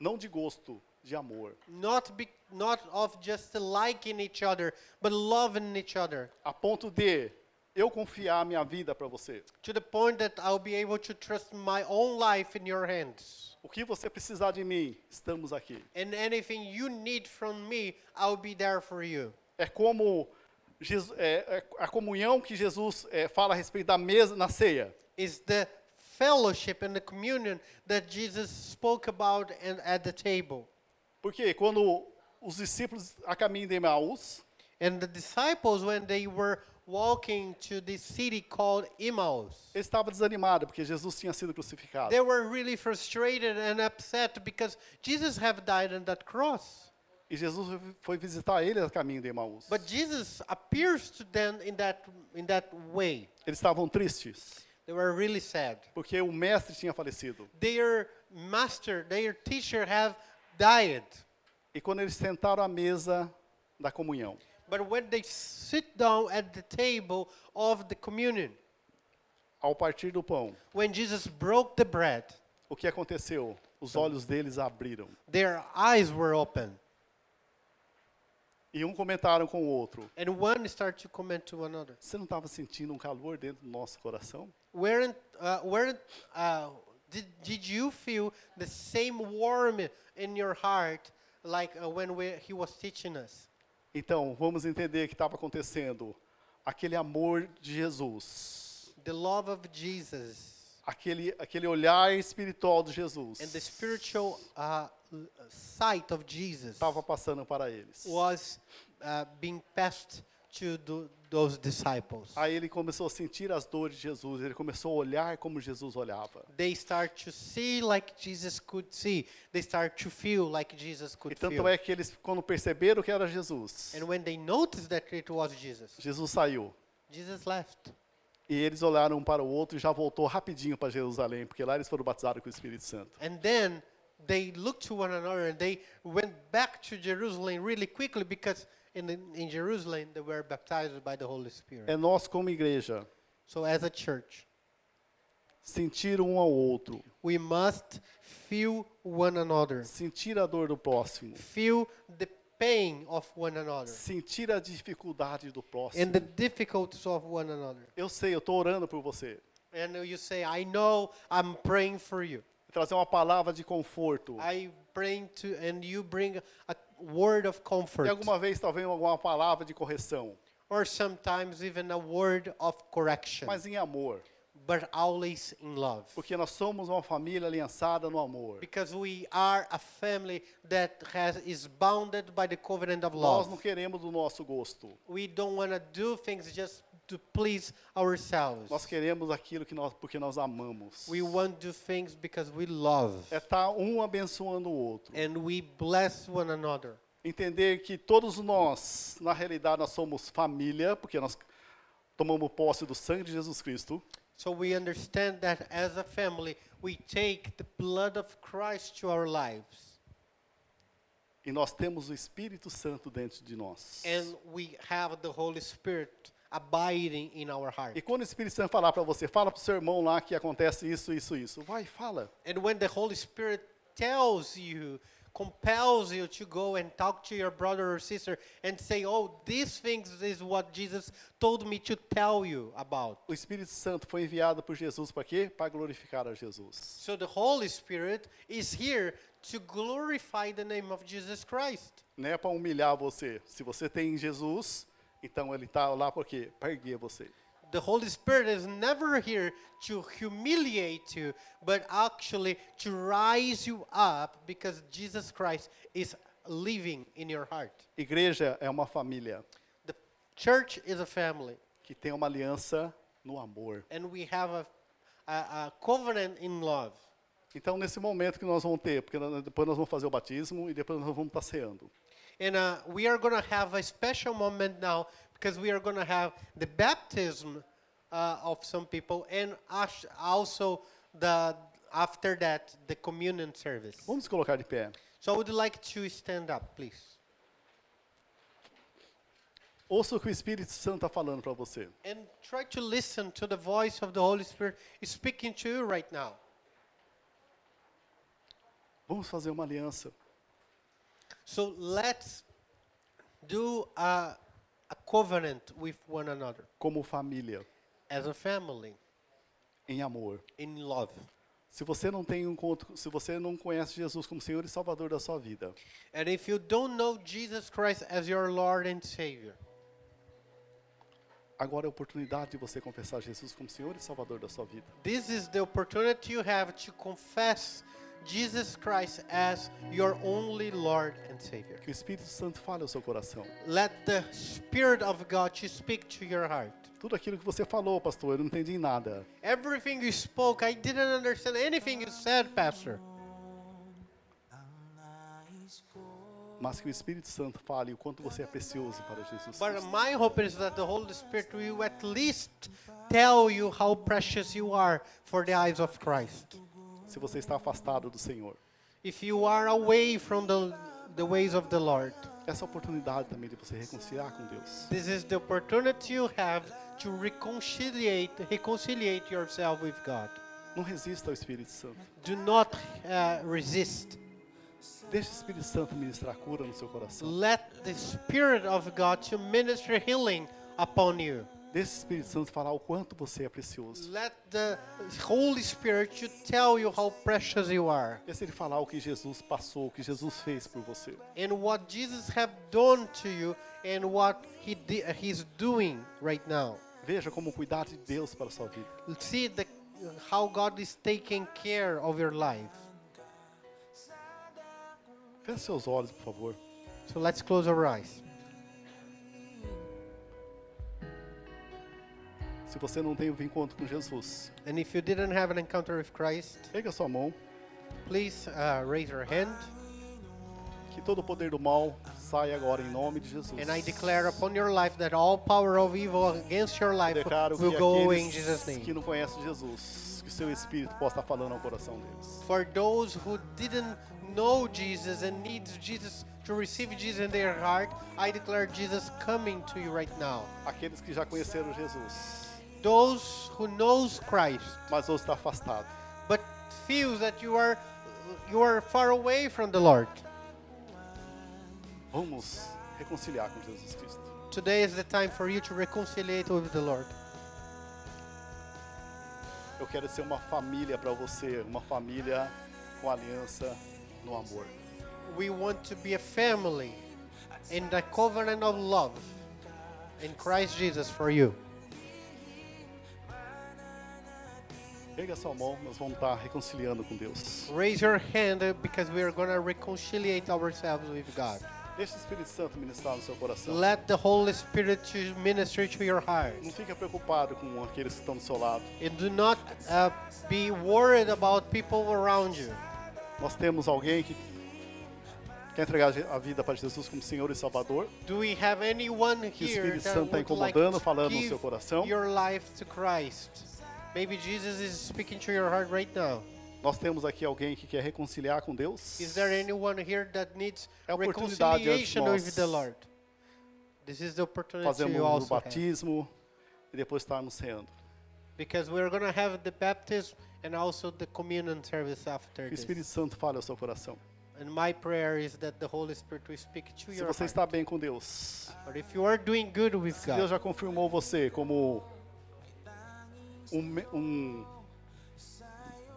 Não de gosto, de amor.
Not be, not of just liking each other, but loving each other
A ponto de eu confiar a minha vida para você.
to the point that I'll be able to trust my own life in your hands.
O que você precisar de mim, estamos aqui.
And anything you need from me, I'll be there for you.
É como Jesus- é- é a comunhão que Jesus é, fala a respeito da mesa na ceia.
It's the fellowship and the communion that Jesus spoke about and at the table.
Porque quando os discípulos a caminho de Emaús,
And the disciples, when they were walking to the city called Emmaus,
eles estavam desanimados porque Jesus tinha sido crucificado.
they were really frustrated and upset because Jesus had died on that cross.
E Jesus foi visitar ele a caminho de Emaús.
But Jesus appears to them in that in that way.
Eles estavam tristes
They were really sad.
porque o mestre tinha falecido.
Their master, their teacher have died.
E quando eles sentaram à mesa da comunhão,
But when they sit down at the table of the communion,
ao partir do pão,
when Jesus broke the bread,
o que aconteceu? Os olhos deles abriram.
their eyes were open.
E um comentaram com o outro:
And one started to comment to another.
Você não estava sentindo um calor dentro do nosso coração?
Weren't, uh, weren't, uh, did, did you feel the same warm in your heart like uh, when we, he was teaching us?
Então, vamos entender o que estava acontecendo. Aquele amor de Jesus,
The love of Jesus
aquele, aquele olhar espiritual de Jesus,
and the spiritual uh, l- sight of Jesus
estava passando para eles.
was uh, being passed to tho- those disciples.
Aí ele começou a sentir as dores de Jesus, ele começou a olhar como Jesus olhava.
They start to see like Jesus could see. They start to feel like Jesus
E
could
tanto
feel.
é que eles, quando perceberam que era Jesus,
And when they noticed that it was Jesus,
Jesus saiu.
Jesus left.
E eles olharam um para o outro e já voltou rapidinho para Jerusalém, porque lá eles foram batizados com o Espírito Santo.
And then they looked to one another and they went back to Jerusalem really quickly because in, in Jerusalem they were baptized by the Holy Spirit.
É nós, como igreja,
So as a church,
sentir um ao outro,
we must feel one another,
sentir a dor do próximo,
feel the pain of one another
sentir a dificuldade do
and
próximo.
the difficulties of one another.
Eu sei, eu estou orando por você.
And you say, I know I'm praying for you.
Trazer uma palavra de conforto.
I praying to, and you bring a word of comfort,
E alguma vez, talvez, alguma palavra de correção,
or sometimes even a word of correction.
mas em amor.
but always in love.
Porque nós somos uma família aliançada no amor.
Because we are a family that has, is bounded by the covenant of
Nós não
love.
queremos do nosso gosto.
We don't want to do things just to please ourselves.
Nós queremos aquilo que nós, porque nós amamos.
We want to do things because we love
É estar um abençoando o outro.
and we bless one another.
Entender que todos nós, na realidade, nós somos família, porque nós tomamos posse do sangue de Jesus Cristo.
So we understand that as a family, we take the blood of Christ to our lives
E nós temos o Espírito Santo dentro de nós.
and we have the Holy Spirit abiding in our heart.
E quando o Espírito Santo falar para você, fala para o seu irmão lá que acontece isso, isso, isso. Vai, fala.
And when the Holy Spirit tells you, compels you to go and talk to your brother or sister and say, Oh, these things is what Jesus told me to tell you about.
O Espírito Santo foi enviado por Jesus para quê? Para glorificar a Jesus.
So the Holy Spirit is here to glorify the name of Jesus Christ.
Não é para humilhar você. Se você tem Jesus, então ele está lá por quê? Para erguer você.
The Holy Spirit is never here to humiliate you, but actually to rise you up because Jesus Christ is living in your heart.
Igreja é uma família
The church is a family.
que tem uma aliança no amor.
and we have a, a, a covenant in love.
Então, nesse momento que nós vamos ter, porque nós- depois nós vamos fazer o batismo e depois nós vamos estar ceando.
And uh, we are going to have a special moment now because we are going to have the baptism uh, of some people and us- also the after that the communion service.
Vamos colocar de pé.
So I would like to stand up, please.
Ouça o que o Espírito Santo está falando para você.
And try to listen to the voice of the Holy Spirit speaking to you right now.
Vamos fazer uma aliança.
So let's do a, a covenant with one another
como família,
as a family
em amor.
in love.
Se você não tem um encontro, se você não conhece Jesus como Senhor e Salvador da sua vida,
And if you don't know Jesus Christ as your Lord and Savior,
agora é a oportunidade de você confessar Jesus como Senhor e Salvador da sua vida.
this is the opportunity you have to confess Jesus Christ as your only Lord and Savior.
Que o Espírito Santo fale ao seu coração.
Let the Spirit of God to speak to your heart.
Tudo aquilo que você falou, pastor, eu não entendi em nada.
Everything you spoke, I didn't understand anything you said, Pastor.
Mas que o Espírito Santo fale o quanto você é precioso para Jesus.
But
Cristo.
my hope is that the Holy Spirit will at least tell you how precious you are for the eyes of Christ.
Se você está afastado do Senhor,
If you are away from the, the ways of the Lord,
essa é oportunidade também de você reconciliar com Deus.
this is the opportunity you have to reconciliate, reconciliate yourself with God.
Não resista ao Espírito Santo.
Do not uh, resist.
Deixe o Espírito Santo ministrar cura no seu coração.
Let the Spirit of God to minister healing upon you.
Deixe o Espírito Santo falar o quanto você é precioso.
Let the Holy Spirit to tell you how precious you are.
É se ele falar o que Jesus passou, o que Jesus fez por você.
and what Jesus have done to you and what he di- uh, he's doing right now.
Veja como cuidar de Deus para a sua vida.
See the, how God is taking care of your life.
Feche seus olhos, por favor.
So let's close our eyes.
Se você não tem o encontro com Jesus,
And if you didn't have an encounter with Christ,
pega sua mão,
please uh, raise your hand
que todo o poder do mal saia agora em nome de Jesus.
and I declare upon your life that all power of evil against your life
Declaro que
will go away in Jesus'
aqueles que
name.
não conhecem Jesus, que o seu Espírito possa estar falando ao coração deles.
For those who didn't know Jesus and need Jesus to receive Jesus in their heart, I declare Jesus coming to you right now.
Aqueles que já conheceram Jesus,
those who knows Christ
mas hoje está afastado.
but feels that you are you are far away from the Lord.
Vamos reconciliar com Jesus Cristo.
Today is the time for you to reconciliate with the Lord.
Eu quero ser uma família para você, uma família com aliança no amor.
We want to be a family in the covenant of love in Christ Jesus for you.
Pega sua mão, nós vamos estar reconciliando com Deus.
Raise your hand uh, because we are going to reconciliate ourselves with God.
Deixa o Espírito Santo ministrar no seu coração.
Let the Holy Spirit to minister to your heart.
Não fica preocupado com aqueles que estão do seu lado.
And do not uh, be worried about people around you.
Nós temos alguém que quer entregar a vida para Jesus como Senhor e Salvador.
Do we have anyone
Que o
here
Espírito
that
Santo tá
would like
incomodando,
to
falando no
give
seu coração?
your life to Christ? Maybe Jesus is speaking to your heart right now.
Nós temos aqui alguém que quer reconciliar com Deus.
Is there anyone here that needs
É a oportunidade antes de
reconciliation
nós
with the Lord? This is the opportunity
Fazemos
you
o
also have.
batismo e depois tá estarmos reando.
Because we're going to have the baptism and also the communion service after
Que o Espírito
this.
Santo fale ao seu coração.
And my prayer is that the Holy Spirit will speak to
Se
your
você
heart.
está bem com Deus,
But if you are doing good with
se Deus
God,
já confirmou você como um, me- um-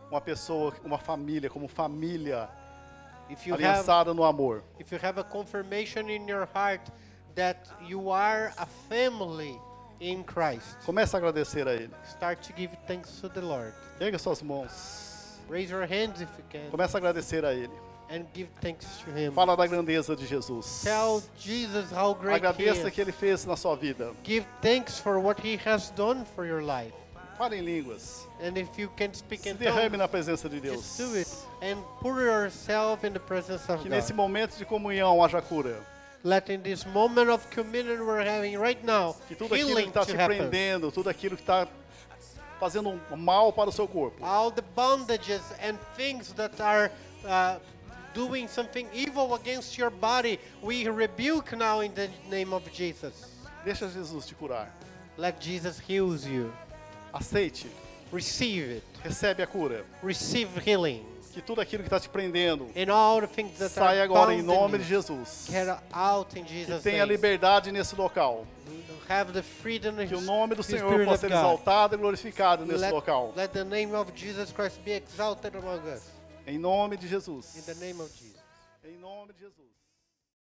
uma pessoa, uma família, como família
if you have
aliançada no amor.
if you have a confirmation in your heart that you are a family in Christ,
Comece a agradecer a Ele.
start to give thanks to the Lord.
Pega suas mãos.
Raise your hands if you can
Comece a agradecer a Ele.
and give thanks to Him.
Fala da grandeza de Jesus.
Tell Jesus how great He
Agradeça o
is.
que Ele fez na sua vida.
Give thanks for what He has done for your life.
Fale em línguas.
And if you can speak
Se
in
derrame
tongues,
na presença de Deus.
just do it and pour yourself in the presence of
Que nesse
God.
momento de comunhão haja cura.
Let in this moment of communion we're having right now,
Que tudo aquilo que
healing
está
to
te
happen.
prendendo, tudo aquilo que está fazendo um mal para o seu corpo,
All the bondages and things that are uh, doing something evil against your body, we rebuke now in the name of Jesus.
deixa Jesus te curar.
Let Jesus heal you.
Aceite,
Receive it.
recebe a cura.
Receive healing.
Que tudo aquilo que está te prendendo
And all the things that
sai
are
agora em
bound
nome
you,
de Jesus.
Get out in
Que
Jesus'
tenha
name.
liberdade nesse local.
Have the freedom
Que o nome
the
do Senhor
Spirit of
possa ser
God.
exaltado e glorificado nesse
let,
local.
let the name of Jesus Christ be exalted among us.
Em nome de
In
Jesus.
the name of Jesus.
Em nome de Jesus.